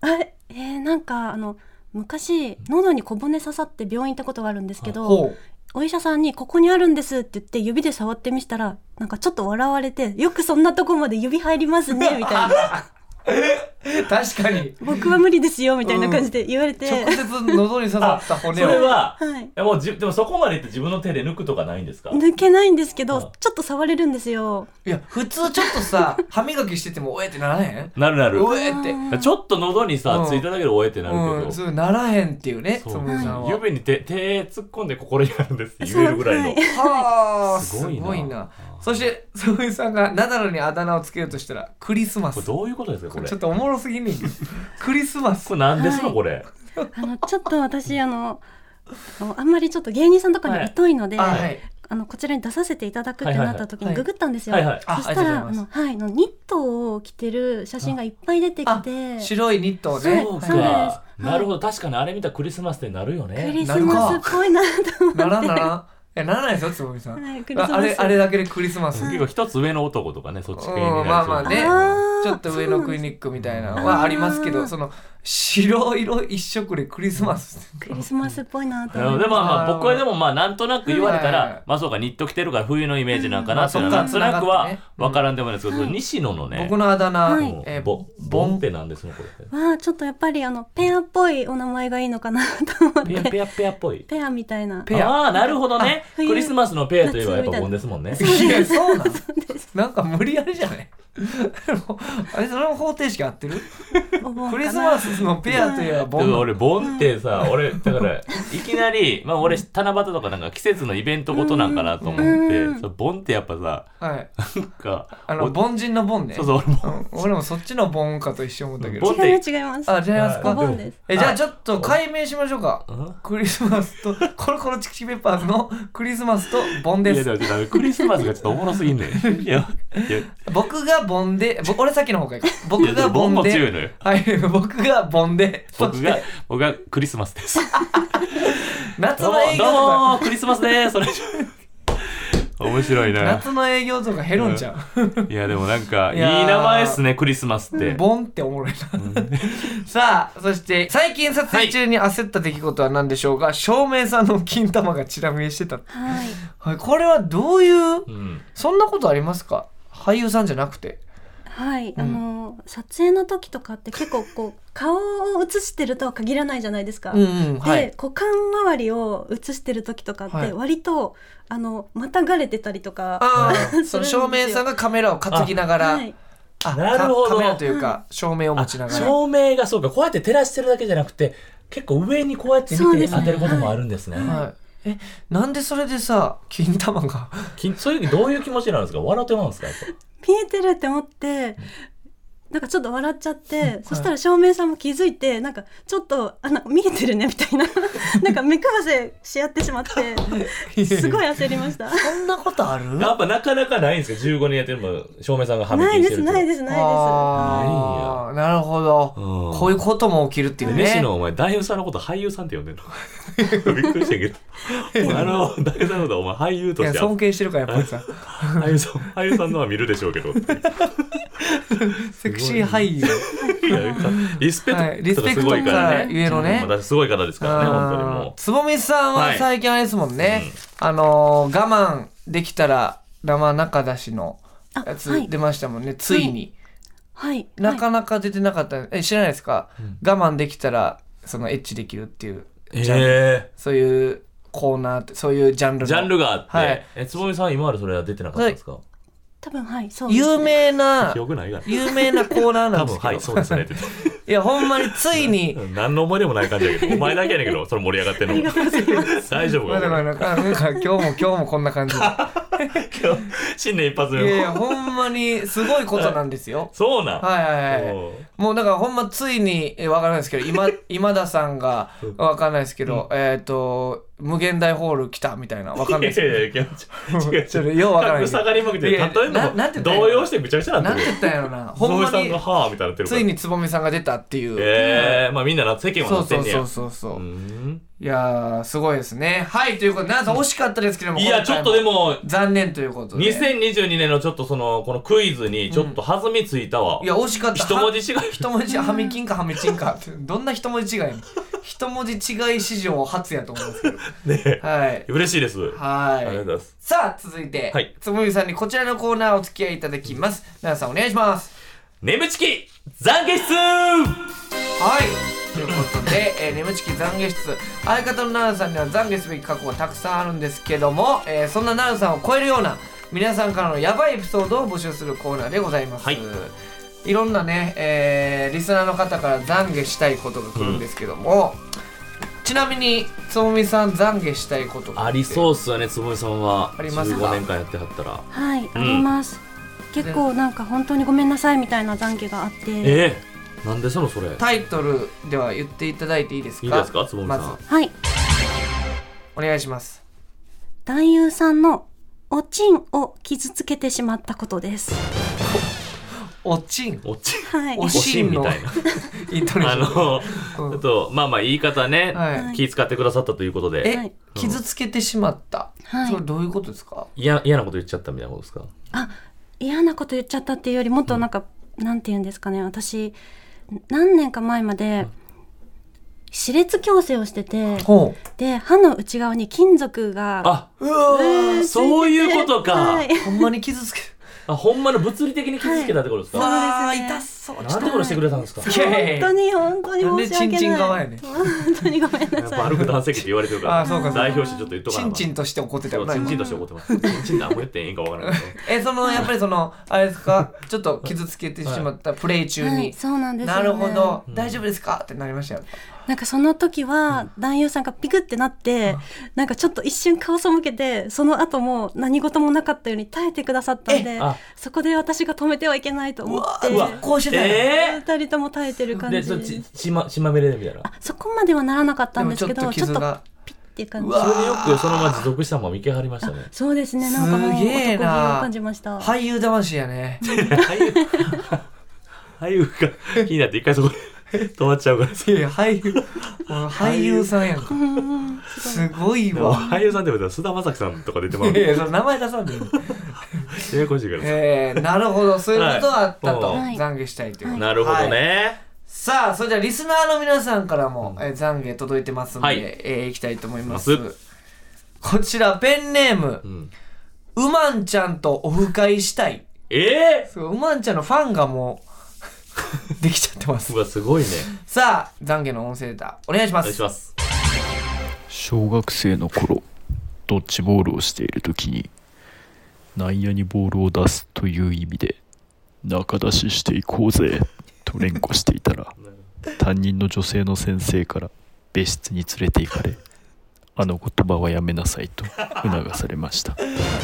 [SPEAKER 5] あえーなんかあの昔喉に小骨刺さって病院行ったことがあるんですけど
[SPEAKER 2] ほ
[SPEAKER 5] お医者さんに「ここにあるんです」って言って指で触ってみしたらなんかちょっと笑われて「よくそんなとこまで指入りますね」みたいな
[SPEAKER 2] う確かに
[SPEAKER 5] 「僕は無理ですよ」みたいな感じで言われて、
[SPEAKER 2] 直接喉に刺さった
[SPEAKER 3] そ
[SPEAKER 2] 骨
[SPEAKER 3] れ
[SPEAKER 2] を
[SPEAKER 3] は、
[SPEAKER 5] はい
[SPEAKER 3] えもうじでもそこまでいって自分の手で抜くとかないんですか
[SPEAKER 5] 抜けないんですけ
[SPEAKER 3] うん
[SPEAKER 5] どちょっと触れるんですよ。
[SPEAKER 2] いや普通ちょっとさ歯磨きしててもおえってならへん
[SPEAKER 3] なるなる
[SPEAKER 2] おえって
[SPEAKER 3] ちょっと喉にさ、
[SPEAKER 2] うん
[SPEAKER 3] ついただけでおえってなるけど、
[SPEAKER 2] うんそうならへんっていうねつ
[SPEAKER 3] そう
[SPEAKER 2] ぼみさんは
[SPEAKER 3] 指に手手突っ込んで心にあるんですって言えるぐらいの、
[SPEAKER 5] そうは
[SPEAKER 2] はあす
[SPEAKER 3] す
[SPEAKER 2] ご
[SPEAKER 3] ごい
[SPEAKER 2] い
[SPEAKER 3] な
[SPEAKER 2] なそしてつぼみさんがナダルにあだ名をつけるとしたらクリスマス
[SPEAKER 3] これどういうことですかこれ
[SPEAKER 2] ちょっとおもろすぎんねんけどクリスマス
[SPEAKER 3] これ何ですの、
[SPEAKER 5] はい
[SPEAKER 3] これ
[SPEAKER 5] あのちょっと私あのあのあんまりちょっと芸人さんとかに疎いので、
[SPEAKER 2] はいはい
[SPEAKER 5] あのこちらに出させていただくってなった時
[SPEAKER 2] はい
[SPEAKER 5] に
[SPEAKER 2] はいは
[SPEAKER 5] グ
[SPEAKER 2] い
[SPEAKER 5] グったんですよ。
[SPEAKER 3] はいはい
[SPEAKER 2] あ
[SPEAKER 5] そし
[SPEAKER 2] あ
[SPEAKER 5] た
[SPEAKER 2] りがと
[SPEAKER 5] ら
[SPEAKER 2] う
[SPEAKER 5] あ
[SPEAKER 2] ございま
[SPEAKER 5] の、はい、のニットを着てる写真がいっぱい出てきて
[SPEAKER 2] 白いニットを
[SPEAKER 5] は
[SPEAKER 2] ね
[SPEAKER 5] い
[SPEAKER 3] そう
[SPEAKER 5] そうですは
[SPEAKER 3] かなるほど確かにあれ見たらクリスマスってなるよ
[SPEAKER 5] ク
[SPEAKER 3] ね
[SPEAKER 5] リスマスっぽいなと思って
[SPEAKER 2] ならんならんや、ならないですよ、つぼみさん。
[SPEAKER 5] はいクリスマス
[SPEAKER 2] ああれ、あれだけでクリスマス。
[SPEAKER 3] 結構一つ上の男とかね、そっち系になりそう
[SPEAKER 2] うんまあまあね
[SPEAKER 5] あー
[SPEAKER 2] ちょっと上のクリニックみたいなのはありますけど、その、白色一色でクリスマス。
[SPEAKER 5] クリスマスっぽいなと
[SPEAKER 3] なるほ
[SPEAKER 5] 思
[SPEAKER 3] ど
[SPEAKER 5] っ
[SPEAKER 3] で
[SPEAKER 5] て。
[SPEAKER 3] もま
[SPEAKER 2] あ
[SPEAKER 3] あ
[SPEAKER 2] ー
[SPEAKER 3] 僕はでもまあなんとなく言われたら、
[SPEAKER 2] はい
[SPEAKER 3] まあそうかニット着てるから冬のイメージなんかなっていうの
[SPEAKER 2] ま
[SPEAKER 3] は
[SPEAKER 2] あ
[SPEAKER 3] な
[SPEAKER 2] そっ
[SPEAKER 3] ん
[SPEAKER 2] か
[SPEAKER 3] となく
[SPEAKER 2] つなが
[SPEAKER 3] は
[SPEAKER 2] ってね
[SPEAKER 3] 分からんでもないですけど、その西野のね
[SPEAKER 2] 僕のあだ名、
[SPEAKER 5] はい
[SPEAKER 2] えー
[SPEAKER 3] ボ
[SPEAKER 2] ボ
[SPEAKER 3] ボン
[SPEAKER 2] ン
[SPEAKER 3] ってなんですねこれ
[SPEAKER 5] はちょっとやっぱりあのペアっぽいお名前がいいのかなと思っ
[SPEAKER 3] ペア
[SPEAKER 5] て
[SPEAKER 3] ペアペアっぽい
[SPEAKER 5] ペアみたいな
[SPEAKER 2] ペア
[SPEAKER 3] ああなるほどね
[SPEAKER 5] 冬
[SPEAKER 3] クリスマスのペアといえばやっぱボンですもんね
[SPEAKER 2] いや、そうなのなんか無理やりじゃない あれ、その方程式合ってる
[SPEAKER 5] お盆かな
[SPEAKER 2] クリスマスのペアといえばボ
[SPEAKER 3] で
[SPEAKER 2] ン
[SPEAKER 3] も
[SPEAKER 2] なの。
[SPEAKER 3] 俺ボンってさ俺だからいきなりまあ俺七夕とかなんか季節のイベントごとなんかなと思って
[SPEAKER 5] うん
[SPEAKER 3] そうボンってやっぱさ
[SPEAKER 2] はい。
[SPEAKER 3] なんか
[SPEAKER 2] あの、
[SPEAKER 3] お
[SPEAKER 2] 凡人のボンね。
[SPEAKER 3] そうそう俺ボン
[SPEAKER 2] うん俺もそっちのボンかと一緒思ったけ
[SPEAKER 3] ボ
[SPEAKER 2] ど
[SPEAKER 3] ン。
[SPEAKER 5] 違います違います
[SPEAKER 2] あ、じゃあます
[SPEAKER 5] お
[SPEAKER 2] か。
[SPEAKER 5] 盆です
[SPEAKER 2] え、じゃあちょっと解明しましょうか。
[SPEAKER 3] うん
[SPEAKER 2] クリスマスと、コロコロチキチキペッパーズのクリスマスとボンで
[SPEAKER 3] い
[SPEAKER 2] す
[SPEAKER 3] や。でもちょっとクリスマスがちょっとおもろすぎ んねんいやいや
[SPEAKER 2] 僕がボンで、ぼ俺さっきの方がいいか。僕
[SPEAKER 3] いや
[SPEAKER 2] が
[SPEAKER 3] ボ
[SPEAKER 2] ボ
[SPEAKER 3] ン
[SPEAKER 2] ン
[SPEAKER 3] も強い
[SPEAKER 2] で。
[SPEAKER 3] のよ
[SPEAKER 2] はい、僕がボンで。
[SPEAKER 3] 僕が僕がクリスマスです
[SPEAKER 2] 夏
[SPEAKER 3] どう
[SPEAKER 2] の
[SPEAKER 3] も
[SPEAKER 2] 営業
[SPEAKER 3] どう
[SPEAKER 2] とか、
[SPEAKER 3] もクリスマスですそれ面白いな
[SPEAKER 2] 夏の営業とか減るんちゃ
[SPEAKER 3] いやでもなんかい
[SPEAKER 2] い
[SPEAKER 3] い
[SPEAKER 2] やー
[SPEAKER 3] 名前っすねクリスマスっ
[SPEAKER 2] う
[SPEAKER 3] て
[SPEAKER 2] ボンっておもろいな。 さあ、そして、最近撮影中に焦った出来事は何でしょうか照明さんの金玉がチラ見えしてた。
[SPEAKER 5] はい
[SPEAKER 2] はい、これはどういう
[SPEAKER 3] う、ん
[SPEAKER 2] そんなことありますか俳優さんじゃなくて。
[SPEAKER 5] はい、あの撮影の時とかって結構こう顔を映してるとは限らないじゃないですか。
[SPEAKER 2] うんうん、
[SPEAKER 5] で、
[SPEAKER 2] はい。
[SPEAKER 5] 股間周りを映してる時とかっ
[SPEAKER 2] はい
[SPEAKER 5] て割と、あのまたがれてたりとか
[SPEAKER 2] あ
[SPEAKER 5] する
[SPEAKER 2] あ、
[SPEAKER 5] んです
[SPEAKER 2] そ
[SPEAKER 5] よ
[SPEAKER 2] の照明さんがカメラを担ぎながら
[SPEAKER 5] は、い、
[SPEAKER 2] あ
[SPEAKER 3] なる
[SPEAKER 2] カ
[SPEAKER 3] ほど
[SPEAKER 2] カメラというか、照明を持ちながら。
[SPEAKER 3] 照明がそうかこうやって照らしてるだけじゃなくて結構上にこうやって
[SPEAKER 5] そう
[SPEAKER 3] 見
[SPEAKER 5] で
[SPEAKER 3] て
[SPEAKER 5] すね
[SPEAKER 3] 当てることもあるんですね
[SPEAKER 2] はい。え、なんでそれでさ、金玉 が。
[SPEAKER 3] きそういう時どういう気持ちになるんですか笑ってまうんですかやっ
[SPEAKER 5] 見えてるって思って。なんかちょっと笑っちゃって、そしたら照明さんも気づいてなんかちょっとあなんか見えてるねみたいな なんか目くばせし合ってし まってすごい焦りました
[SPEAKER 2] そんなことある
[SPEAKER 3] ぱやっぱなかなかないんですか15年やってるも照明さんがはめ
[SPEAKER 5] な
[SPEAKER 3] 気し
[SPEAKER 5] いで
[SPEAKER 3] て
[SPEAKER 5] す
[SPEAKER 3] るって
[SPEAKER 5] ないですないで
[SPEAKER 2] ああ、なるほど。
[SPEAKER 3] うん
[SPEAKER 2] こういうことも起きるっていう
[SPEAKER 3] で西
[SPEAKER 2] ね。
[SPEAKER 3] 野お前男優さんのこと俳優さんって呼んでんのびっくりしたけどあの男優さんのことお前俳優
[SPEAKER 2] い
[SPEAKER 3] とし
[SPEAKER 2] や、
[SPEAKER 3] て
[SPEAKER 2] 尊敬してるから、やっぱりさ。
[SPEAKER 3] 俳優さん俳優さんのは見るでしょうけど
[SPEAKER 2] セクシー俳優。
[SPEAKER 3] いやリスペ
[SPEAKER 2] はい
[SPEAKER 3] ク
[SPEAKER 2] リ
[SPEAKER 3] ト
[SPEAKER 2] ス
[SPEAKER 3] が
[SPEAKER 2] ペ
[SPEAKER 3] す
[SPEAKER 2] クト
[SPEAKER 3] ごいからね。
[SPEAKER 2] がゆえのね
[SPEAKER 3] うんまあすごい方ですからね、本当に
[SPEAKER 2] あー
[SPEAKER 3] も
[SPEAKER 2] つぼみさんは
[SPEAKER 3] はい
[SPEAKER 2] 最近あれですもんね、あのー我慢できたら生中出しのや
[SPEAKER 5] あは
[SPEAKER 2] つ
[SPEAKER 5] い
[SPEAKER 2] 出ましたもんね、ついに、
[SPEAKER 5] すはい
[SPEAKER 2] なかなか出てなかったえ知らないですか、我慢できたらそのエッチできるっていう
[SPEAKER 3] う。
[SPEAKER 2] ジャンル
[SPEAKER 3] え
[SPEAKER 2] そういうコーナーってそういうジャンルの
[SPEAKER 3] ジャンルがあって、
[SPEAKER 2] はい
[SPEAKER 3] えつぼみさん今までそれは出てなかったんですか、
[SPEAKER 5] 多分はいそうですね
[SPEAKER 2] 有名な
[SPEAKER 3] 記憶ないがな
[SPEAKER 2] 有名なコーナーな
[SPEAKER 3] 多
[SPEAKER 2] んです
[SPEAKER 3] 分
[SPEAKER 2] けど
[SPEAKER 3] はいそうですねって
[SPEAKER 2] いやほんまについに
[SPEAKER 3] 言って何の思い出もない感じだけどお前だけやねんけどそれ盛り上が ってんの大丈夫
[SPEAKER 2] ま
[SPEAKER 3] か
[SPEAKER 2] だまだ
[SPEAKER 3] 俺
[SPEAKER 2] なんかなんか今日も今日もこんな感 じでい
[SPEAKER 3] 今日新年一発目
[SPEAKER 2] やいやほんまにすごいことなんですよ
[SPEAKER 3] そうなん、
[SPEAKER 2] はいはいはい
[SPEAKER 3] おう
[SPEAKER 2] もうだからほんまついに、えーわからないですけど、 今、今田さんが、わからないですけど、えっ、と、無限大ホール来たみたいな、わかんないで
[SPEAKER 3] い
[SPEAKER 2] す
[SPEAKER 3] や
[SPEAKER 2] け
[SPEAKER 3] いやいや違う違う
[SPEAKER 2] ちょっと
[SPEAKER 3] 違う
[SPEAKER 2] ようわからんけ
[SPEAKER 3] 格
[SPEAKER 2] ど
[SPEAKER 3] 下がりまくって
[SPEAKER 2] い
[SPEAKER 3] 例え
[SPEAKER 2] や
[SPEAKER 3] るの
[SPEAKER 2] な
[SPEAKER 3] も
[SPEAKER 2] なんて言ったらいいの
[SPEAKER 3] 動揺してぐちゃぐちゃ
[SPEAKER 2] ど。
[SPEAKER 3] な
[SPEAKER 2] なん
[SPEAKER 3] って
[SPEAKER 2] て
[SPEAKER 3] る
[SPEAKER 2] 言ったんやろな。
[SPEAKER 3] つぼ
[SPEAKER 2] ほん
[SPEAKER 3] み
[SPEAKER 2] ま
[SPEAKER 3] さん
[SPEAKER 2] に
[SPEAKER 3] が、はあみたいになってるか
[SPEAKER 2] つ
[SPEAKER 3] ら
[SPEAKER 2] いにつぼみさんが出たっていう。
[SPEAKER 3] ええまあみんなな世間は
[SPEAKER 2] そ
[SPEAKER 3] な
[SPEAKER 2] う
[SPEAKER 3] って
[SPEAKER 2] そ
[SPEAKER 3] ん
[SPEAKER 2] う
[SPEAKER 3] ね
[SPEAKER 2] そ
[SPEAKER 3] や
[SPEAKER 2] うそうそうう。
[SPEAKER 3] ん
[SPEAKER 2] いやー、すごいですね。はい、ということで、なんか惜しかったですけども、
[SPEAKER 3] いや、
[SPEAKER 2] 今
[SPEAKER 3] ちょ
[SPEAKER 2] 回
[SPEAKER 3] っとで、も、
[SPEAKER 2] 残念ということで。
[SPEAKER 3] 2022年のちょっとその、このクイズにちょっと弾みついたわ。
[SPEAKER 2] いや、惜しか った。
[SPEAKER 3] 一文字違い。
[SPEAKER 2] 一文字、ハミキンかハミチンかって。どんな一文字違いやねん一文字違い史上初やと思うんですけど。
[SPEAKER 3] ね
[SPEAKER 2] はい。
[SPEAKER 3] 嬉しいです。
[SPEAKER 2] は
[SPEAKER 3] あ
[SPEAKER 2] い。
[SPEAKER 3] りがとうございます。
[SPEAKER 2] さあ続いて、
[SPEAKER 3] はい
[SPEAKER 2] つぼみさんにこちらのコーナーお付き合いいただきます奈良さんお願いします
[SPEAKER 3] 眠ちき懺悔室
[SPEAKER 2] はいということで、えー、眠ちき懺悔室相方の奈良さんには懺悔すべき過去がたくさんあるんですけども、えーそんな奈良さんを超えるような皆さんからのヤバいエピソードを募集するコーナーでございます、
[SPEAKER 3] はい
[SPEAKER 2] いろんなね、えーリスナーの方から懺悔したいことが来るんですけども、ちなみにつぼみさん懺悔したいこと
[SPEAKER 3] ありそうっすよね、つぼみさんは。
[SPEAKER 2] ありますか
[SPEAKER 3] 15年間やってはったら。
[SPEAKER 5] はい、あります。結構なんか本当にごめんなさいみたいな懺悔があって、
[SPEAKER 3] ええなんでそのそれ。
[SPEAKER 2] タイトルでは言っていただいていいですか
[SPEAKER 3] いいですかつぼみさん
[SPEAKER 2] まず
[SPEAKER 5] はい、
[SPEAKER 2] お願いします
[SPEAKER 5] 男優さんのおちんを傷つけてしまったことです。
[SPEAKER 2] おちん。
[SPEAKER 3] おち、
[SPEAKER 5] はい
[SPEAKER 2] お
[SPEAKER 3] お
[SPEAKER 2] し
[SPEAKER 3] し
[SPEAKER 2] ん
[SPEAKER 3] ん
[SPEAKER 2] の
[SPEAKER 3] みたいな。
[SPEAKER 2] イント ネー
[SPEAKER 3] あ
[SPEAKER 2] ション
[SPEAKER 3] の、
[SPEAKER 2] う
[SPEAKER 3] ちょ
[SPEAKER 2] ん
[SPEAKER 3] っと、まあまあ言い方ね、
[SPEAKER 2] はい
[SPEAKER 3] 気遣ってくださったということで。
[SPEAKER 2] え、
[SPEAKER 5] はい
[SPEAKER 2] 傷つけてしまった。
[SPEAKER 5] はい
[SPEAKER 2] それどういうことですか
[SPEAKER 3] 嫌嫌なこと言っちゃったみたいなことですか
[SPEAKER 5] あ嫌なこと言っちゃったっていうよりもっとなんか、なんて言うんですかね私何年か前まで歯列矯正をしてて
[SPEAKER 2] ほ
[SPEAKER 5] で歯の内側に金属が
[SPEAKER 3] あ
[SPEAKER 2] う。うわ
[SPEAKER 5] えーついてて
[SPEAKER 3] そういうことか
[SPEAKER 5] はい、
[SPEAKER 2] ほんまに傷つ ける。
[SPEAKER 3] あほんまの物理的に傷つけたってことですか、
[SPEAKER 5] は
[SPEAKER 2] わあ、
[SPEAKER 5] そうですね
[SPEAKER 2] 痛そう。
[SPEAKER 3] なんでこれしてくれたんですか
[SPEAKER 2] いやいやい
[SPEAKER 5] 本当
[SPEAKER 2] や
[SPEAKER 5] に本当に申し訳ない
[SPEAKER 2] なんでチンチン側やねん
[SPEAKER 5] 本当にごめんな
[SPEAKER 3] やっぱ
[SPEAKER 5] さい
[SPEAKER 3] 歩く男性器って言われてるか
[SPEAKER 2] あ
[SPEAKER 3] ら、
[SPEAKER 2] そうかそうか
[SPEAKER 3] 代表してちょっと言っとか
[SPEAKER 2] チ
[SPEAKER 3] な
[SPEAKER 2] ンチンとして怒ってた
[SPEAKER 3] そ
[SPEAKER 2] よ
[SPEAKER 3] うチンチンとして怒ってます。チンチン何も言ってええんかわからないけど。
[SPEAKER 2] え、その、やっぱりその、あれですか、ちょっと傷つけてしまった、プレイ中
[SPEAKER 5] は
[SPEAKER 2] に
[SPEAKER 5] い、。そうなんですよ
[SPEAKER 2] な
[SPEAKER 5] ね
[SPEAKER 2] るほど、大丈夫ですかってなりましたよ。
[SPEAKER 5] なんかその時は男優さんがピクってなって、なんかちょっと一瞬顔背けてその後も何事もなかったように耐えてくださったんで
[SPEAKER 3] あ
[SPEAKER 5] そこで私が止めてはいけないと思って
[SPEAKER 2] うわこうしてたよ
[SPEAKER 3] え
[SPEAKER 5] 二人とも耐えてる
[SPEAKER 3] ー
[SPEAKER 5] 感
[SPEAKER 3] で、
[SPEAKER 5] じ
[SPEAKER 3] ちょっと
[SPEAKER 5] で
[SPEAKER 3] ちちま、ちまみれみたいな。
[SPEAKER 5] そこまではならなかったんですけ
[SPEAKER 2] で
[SPEAKER 5] どち
[SPEAKER 2] も
[SPEAKER 5] ょ
[SPEAKER 2] ちょっと傷
[SPEAKER 5] っ
[SPEAKER 2] が
[SPEAKER 5] とピッっていう感じ。
[SPEAKER 2] う
[SPEAKER 3] そ
[SPEAKER 2] わ
[SPEAKER 3] れでよくそのまま持続したまま見けはりましたね
[SPEAKER 5] そうですねなんかもう
[SPEAKER 2] すげえ
[SPEAKER 5] 男気を
[SPEAKER 2] な
[SPEAKER 5] 感じました
[SPEAKER 2] 俳優魂やね。
[SPEAKER 3] 俳優、俳優が気になって一回そこで止まっちゃうから。
[SPEAKER 2] いや俳優、もう俳優さんやんか。
[SPEAKER 5] うんうん
[SPEAKER 2] すごい
[SPEAKER 3] でも
[SPEAKER 2] わ。
[SPEAKER 3] 俳優さんってことは菅田将暉さんとか出て まう
[SPEAKER 2] い。やいや、その名前出さんでいい。
[SPEAKER 3] ややこしいから。
[SPEAKER 2] えー、なるほど、そういうことがあったと、
[SPEAKER 5] はい
[SPEAKER 2] 懺悔したいということで
[SPEAKER 3] なるほど
[SPEAKER 2] はい
[SPEAKER 3] ね。
[SPEAKER 2] さあ、それじゃあリスナーの皆さんからも、えー懺悔届いてますので、
[SPEAKER 3] はい
[SPEAKER 2] えーいきたいと思います。
[SPEAKER 3] ます
[SPEAKER 2] こちら、ペンネーム、
[SPEAKER 3] うん
[SPEAKER 2] うまんちゃんとオフ会したい。
[SPEAKER 3] え
[SPEAKER 2] そう、うまんちゃんのファンがもう、 できちゃってま
[SPEAKER 3] ー
[SPEAKER 2] す
[SPEAKER 3] う。わ、すごいね。
[SPEAKER 2] さあ、懺悔の音声データ、お願いしま
[SPEAKER 3] お願いし
[SPEAKER 2] す。
[SPEAKER 3] ます。
[SPEAKER 6] 小学生の頃ドッジボールをしている時に内野にボールを出すという意味で中出ししていこうぜと連呼していたら担任の女性の先生から別室に連れて行かれあの言葉はやめなさいと促されました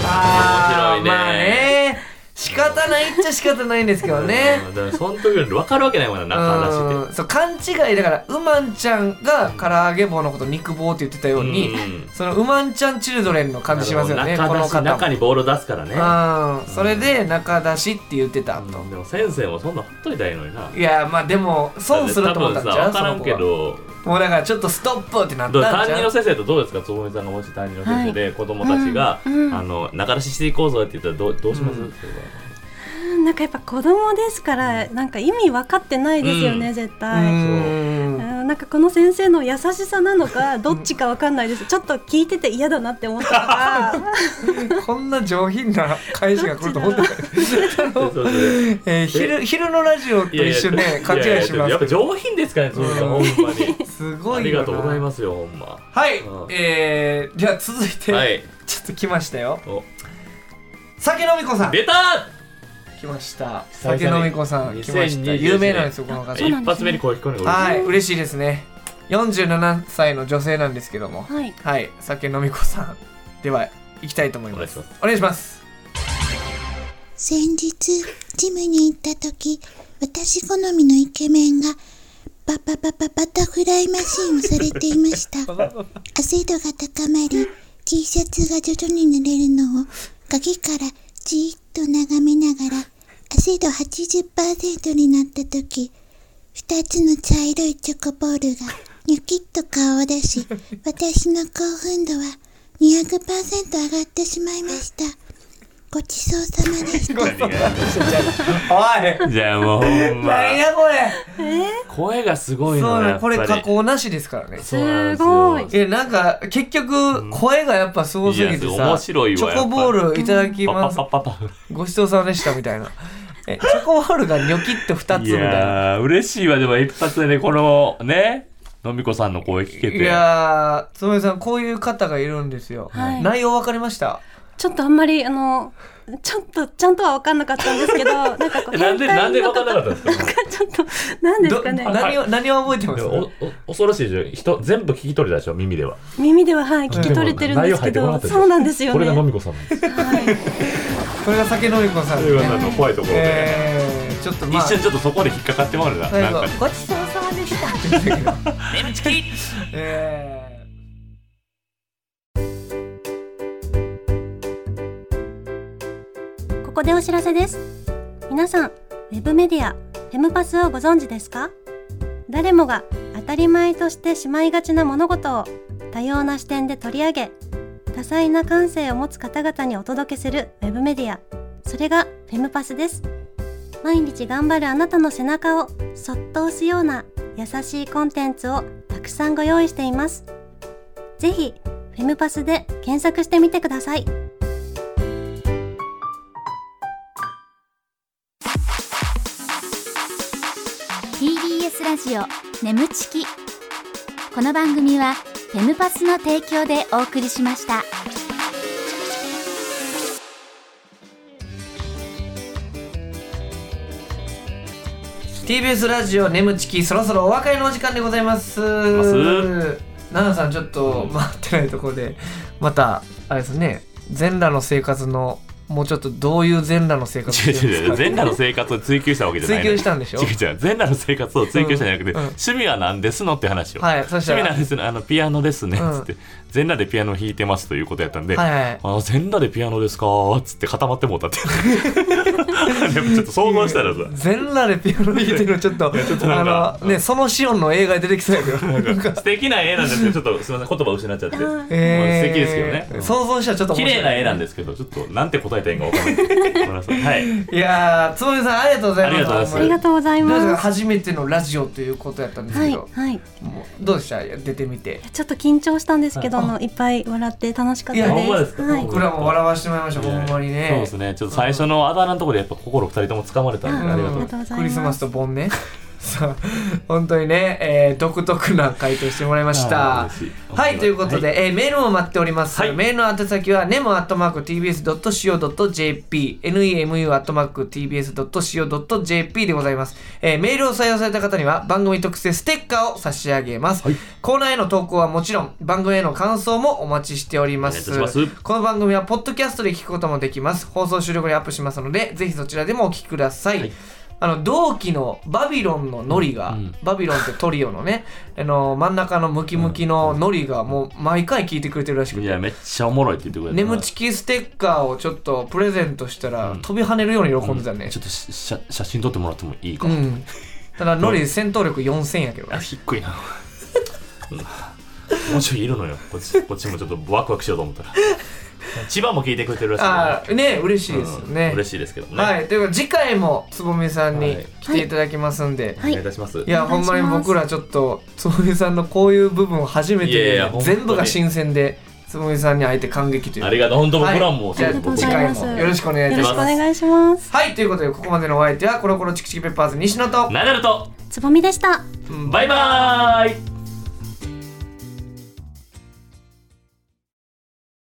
[SPEAKER 2] あー
[SPEAKER 3] 面白いね
[SPEAKER 2] まあね。仕方ないっちゃ仕方ないんですけどね。
[SPEAKER 3] うん。だからその時より分かるわけないもんな、中出しって。
[SPEAKER 2] うんそう勘違いだからうまんちゃんが唐揚げ棒のこと肉棒って言ってたように、
[SPEAKER 3] うん
[SPEAKER 2] そのうまんちゃんチルドレンの感じしますよね
[SPEAKER 3] なる
[SPEAKER 2] こ
[SPEAKER 3] ほ
[SPEAKER 2] の
[SPEAKER 3] ど中出し
[SPEAKER 2] 方
[SPEAKER 3] 中にボール出すからね。
[SPEAKER 2] うんそれで中出しって言ってたと、
[SPEAKER 3] でも先生もそんなほっといたらいいのにな。
[SPEAKER 2] いやまあでも損すると思ったんちゃう
[SPEAKER 3] 多分さ分からんけ
[SPEAKER 2] その子
[SPEAKER 3] ど、
[SPEAKER 2] はもうだからちょっとストップってなったん
[SPEAKER 3] どう
[SPEAKER 2] ち
[SPEAKER 3] 担任
[SPEAKER 2] ゃ
[SPEAKER 3] の
[SPEAKER 2] う
[SPEAKER 3] 先生とどうですか、つぼみさんがもし担任の先生で子供たちが、
[SPEAKER 5] うん
[SPEAKER 3] あの中出ししていこうぞって言ったらどうどうします、
[SPEAKER 2] うん
[SPEAKER 3] それは
[SPEAKER 5] なんかやっぱ子供ですからなんか意味分かってないですよね、
[SPEAKER 3] うん
[SPEAKER 5] 絶
[SPEAKER 2] う
[SPEAKER 5] 対、
[SPEAKER 2] ーん
[SPEAKER 5] うんなんかこの先生の優しさなの かどっちかわかんないですちょっと聞いてて嫌だなって思ったのか
[SPEAKER 2] こんな上品な返しが来ると思ってた
[SPEAKER 3] そうそうそう
[SPEAKER 2] えー昼昼のラジオと一緒
[SPEAKER 3] いやい
[SPEAKER 2] ね
[SPEAKER 3] や
[SPEAKER 2] 勘違いしま
[SPEAKER 3] や
[SPEAKER 2] す
[SPEAKER 3] っぱ
[SPEAKER 2] けど
[SPEAKER 3] 上品ですからね、つぼみさん、ほんまに。
[SPEAKER 2] すごいよな
[SPEAKER 3] ありがとうございますよ、ほんま。
[SPEAKER 2] はい、
[SPEAKER 3] うん
[SPEAKER 2] えー、じゃあ続いて、
[SPEAKER 3] はい。
[SPEAKER 2] ちょっと来ましたよ
[SPEAKER 3] お
[SPEAKER 2] 酒飲み子さん
[SPEAKER 3] 出た
[SPEAKER 2] 来ました
[SPEAKER 3] 久々に
[SPEAKER 2] 酒飲み子さん来ました
[SPEAKER 3] 2021
[SPEAKER 2] 有名なんですよこの方
[SPEAKER 5] そうな
[SPEAKER 3] 一
[SPEAKER 5] んですね
[SPEAKER 3] 発目に声聞こえるのが
[SPEAKER 2] はい嬉しいですね47歳の女性なんですけども
[SPEAKER 5] はい
[SPEAKER 2] はい酒飲み子さんでは行きたいと思います
[SPEAKER 3] お願
[SPEAKER 2] お願い
[SPEAKER 3] いし
[SPEAKER 2] します
[SPEAKER 7] 先日ジムに行った時私好みのイケメンがバババババタフライマシンをされていました汗度が高まり T シャツが徐々に濡れるのを鍵からじーっと眺めながら汗度80%になった時二つの茶色いチョコボールがニョキッと顔を出し私の興奮度は200%上がってしまいましたごちそうさまでした
[SPEAKER 2] お い
[SPEAKER 3] じゃあもうほんま
[SPEAKER 2] 何やこれ
[SPEAKER 3] 声がす
[SPEAKER 2] そ
[SPEAKER 3] ご
[SPEAKER 2] う
[SPEAKER 3] いのよ
[SPEAKER 2] な
[SPEAKER 3] や
[SPEAKER 2] の
[SPEAKER 3] っぱ
[SPEAKER 2] こ
[SPEAKER 3] り
[SPEAKER 2] れ加工なしですからね
[SPEAKER 3] そうなんですよ
[SPEAKER 5] すごい
[SPEAKER 2] えなんか結局声がやっぱすごすぎて
[SPEAKER 3] い
[SPEAKER 2] さ
[SPEAKER 3] や面白いわ
[SPEAKER 2] チョコボールいただき
[SPEAKER 3] パ
[SPEAKER 2] ます
[SPEAKER 3] パパパパ
[SPEAKER 2] ごちそうさまでしたみたいなえチョコボールがニョキッと2つみ
[SPEAKER 3] い
[SPEAKER 2] たいな
[SPEAKER 3] やー嬉しいわでも一発でねこのねのみこさんの声聞けて
[SPEAKER 2] いやーつぼみさんこういう方がいるんですよ、
[SPEAKER 5] はい
[SPEAKER 2] 内容わかりました
[SPEAKER 5] ちょっとあんまりあのちょっとちゃんとは分かんなかったんです けどなんかこう
[SPEAKER 3] なんでなんで分かんなかったたんです か
[SPEAKER 5] ちょっとなんですかね
[SPEAKER 2] ど何を何を覚えてま
[SPEAKER 3] ですもおお恐ろしいでしょ人全部聞き取れたでしょ耳では
[SPEAKER 5] 耳でははい聞き取れてるんです
[SPEAKER 3] でも内容入
[SPEAKER 5] け
[SPEAKER 3] ってこなか
[SPEAKER 5] ど
[SPEAKER 3] ったでしょ
[SPEAKER 5] そうなんですよ
[SPEAKER 3] これがの
[SPEAKER 5] ね
[SPEAKER 3] みこさんなんです
[SPEAKER 5] はい
[SPEAKER 2] これが酒飲み子さん
[SPEAKER 3] の
[SPEAKER 2] で
[SPEAKER 3] みこ
[SPEAKER 2] ね
[SPEAKER 3] さんの怖いところで
[SPEAKER 2] えー、ちょっとま
[SPEAKER 3] 一
[SPEAKER 2] あ
[SPEAKER 3] 瞬ちょっとそこで引っかかってもらうなな
[SPEAKER 2] 最
[SPEAKER 3] ん
[SPEAKER 2] 後
[SPEAKER 3] か
[SPEAKER 2] ごちそうさまでしたって言ってたけど え
[SPEAKER 1] ここでお知らせです
[SPEAKER 5] 皆さんウェブメディアフェムパスをご存知ですか誰もが当たり前としてしまいがちな物事を多様な視点で取り上げ多彩な感性を持つ方々にお届けするウェブメディアそれがフェムパスです毎日頑張るあなたの背中をそっと押すような優しいコンテンツをたくさんご用意していますぜひフェムパスで検索してみてください
[SPEAKER 1] 「TBS ラジオ眠ちき」この番組はフェムパスの提供でお送りしました。
[SPEAKER 2] TBS ラジオ眠ちきそろそろお別れのお時間でございます
[SPEAKER 3] ます
[SPEAKER 2] 奈々さんちょっと待ってないところでまたあれですね全裸の生活のもうちょっとどういう全裸の生活を
[SPEAKER 3] 違う
[SPEAKER 2] してるん
[SPEAKER 3] 違う違う
[SPEAKER 2] です
[SPEAKER 3] 全裸の生活を追求したわけじゃな
[SPEAKER 2] 追
[SPEAKER 3] いの
[SPEAKER 2] 求したんでしょ
[SPEAKER 3] 違う違う全裸の生活を追求したんじゃなくて、
[SPEAKER 2] うんうん
[SPEAKER 3] 趣味は何ですのって話を、
[SPEAKER 2] はいそし
[SPEAKER 3] 趣
[SPEAKER 2] たら
[SPEAKER 3] 味なんですねあのピアノですね
[SPEAKER 2] うん
[SPEAKER 3] つって、全裸でピアノ弾いてますということやったんで、
[SPEAKER 2] はいはい
[SPEAKER 3] あの全裸でピアノですかつって固まってもうたって でもちょっと想像したらさ
[SPEAKER 2] 全裸でピアノ弾いてるのちょっ と
[SPEAKER 3] ょっとなんか
[SPEAKER 2] あのねそのシオンの映画に出てきそうやけど
[SPEAKER 3] なん か素敵な絵なんですけどちょっとすみません言葉失っちゃって、まあ素敵ですけどねうん
[SPEAKER 2] 想像したらちょっと面
[SPEAKER 3] 綺
[SPEAKER 2] 白い
[SPEAKER 3] 麗な絵なんですけどちょっとなんて答えたらいいんか分 からないごめんなさいはい
[SPEAKER 2] いやーつぼみさんありがとうございます
[SPEAKER 3] ありがとうございます
[SPEAKER 5] あり
[SPEAKER 2] どうです
[SPEAKER 5] がとうございま
[SPEAKER 2] か
[SPEAKER 5] す
[SPEAKER 2] 初めてのラジオということやったんです
[SPEAKER 5] は
[SPEAKER 2] け
[SPEAKER 5] い
[SPEAKER 2] ど、
[SPEAKER 5] はい
[SPEAKER 2] もうどうでした出てみて
[SPEAKER 5] ちょっと緊張したんですけどもいっぱい笑って楽しかった
[SPEAKER 2] いやほんま
[SPEAKER 5] で
[SPEAKER 8] ですすか
[SPEAKER 5] はい
[SPEAKER 2] これはもう笑わしてもらいましたほんまに
[SPEAKER 3] そう
[SPEAKER 2] ね
[SPEAKER 3] ですねちょっと最初のあだ名のところでやっぱ心二人とも掴まれたんで、
[SPEAKER 5] うん
[SPEAKER 3] ありがとうございます
[SPEAKER 5] とうございます
[SPEAKER 2] クリスマスと盆ね さあ本当にね、えー独特な回答してもらいました
[SPEAKER 3] あー嬉しい
[SPEAKER 2] はいということで、えーメールも待っております、
[SPEAKER 3] はい
[SPEAKER 2] メールの宛先は nemo.tbs.co.jp nemu.tbs.co.jp でございます、えーメールを採用された方には番組特製ステッカーを差し上げます、コーナーへの投稿はもちろん番組への感想もお待ちしております
[SPEAKER 3] お願いいたします
[SPEAKER 2] この番組はポッドキャストで聞くこともできます放送終了後にアップしますのでぜひそちらでもお聞きください、あの同期のバビロンのノリが、バビロンってトリオのね あの真ん中のムキムキのノリがもう毎回聞いてくれてるらしく
[SPEAKER 3] い
[SPEAKER 2] て
[SPEAKER 3] や、めっちゃおもろいって言ってくれた。
[SPEAKER 2] 眠ちきステッカーをちょっとプレゼントしたら、飛び跳ねるように喜んでたね
[SPEAKER 3] ちょっとし写写真撮ってもらってもいいか。
[SPEAKER 2] うん、ただノリ戦闘力4000やけど
[SPEAKER 3] あ、
[SPEAKER 2] ね
[SPEAKER 3] 低いな。うんもうちょいいるのよ。こっち、こっちもちょっとワクワクしようと思ったら。千葉も聞いてくれてるらしい
[SPEAKER 2] ああね嬉しい
[SPEAKER 3] うん
[SPEAKER 2] ですよね、
[SPEAKER 3] 嬉しいですけどもね。
[SPEAKER 2] はい、ということで次回もつぼみさんに
[SPEAKER 3] はい
[SPEAKER 2] 来ていただきますんで、
[SPEAKER 3] お願いいたします。
[SPEAKER 2] いやほんまに僕らちょっとつぼみさんのこういう部分を初めて
[SPEAKER 3] いやいや
[SPEAKER 2] で
[SPEAKER 3] ほんまに
[SPEAKER 2] 全部が新鮮でつぼみさんに会えて感激という
[SPEAKER 3] ありがとう。本当僕らも、
[SPEAKER 2] はいじゃあ
[SPEAKER 5] ありがとうご
[SPEAKER 2] 次
[SPEAKER 5] ざい
[SPEAKER 2] 回
[SPEAKER 5] ます
[SPEAKER 2] もよろしくお願いい
[SPEAKER 5] よ
[SPEAKER 2] た
[SPEAKER 5] ろ
[SPEAKER 2] し
[SPEAKER 5] しくお
[SPEAKER 2] ます
[SPEAKER 5] 願いします
[SPEAKER 2] はいということでここまでのお相手はコロコロチキチキペッパーズ西野と
[SPEAKER 3] ナダルと、
[SPEAKER 5] つぼみでした
[SPEAKER 3] バイバーイ